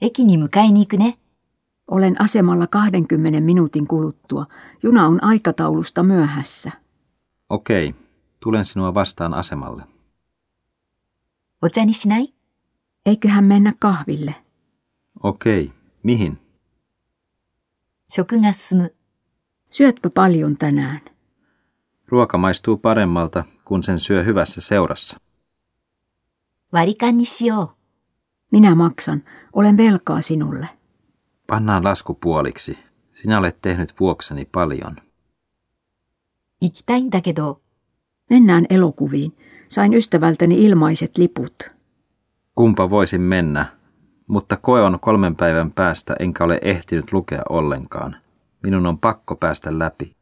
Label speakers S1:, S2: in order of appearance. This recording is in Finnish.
S1: 駅に迎えに行くね。
S2: Olen asemalla 20 minuutin kuluttua. Juna on aikataulusta myöhässä.
S3: Okei, tulen sinua vastaan asemalle.
S1: お茶にしない
S2: Eiköhän mennä kahville.
S3: Okei, mihin?
S1: 食が進む。
S2: Syötpä paljon tänään.
S3: Ruoka maistuu paremmalta, kun sen syö hyvässä seurassa.
S1: 割り勘にしよう。
S2: Minä maksan. Olen velkaa sinulle.
S3: Pannaan lasku puoliksi. Sinä olet tehnyt vuokseni paljon.
S1: 行きたいんだけど、
S2: Mennään elokuviin. Sain ystävältäni ilmaiset liput.
S3: Kumpa voisin mennä, mutta koe on kolmen päivän päästä enkä ole ehtinyt lukea ollenkaan. Minun on pakko päästä läpi.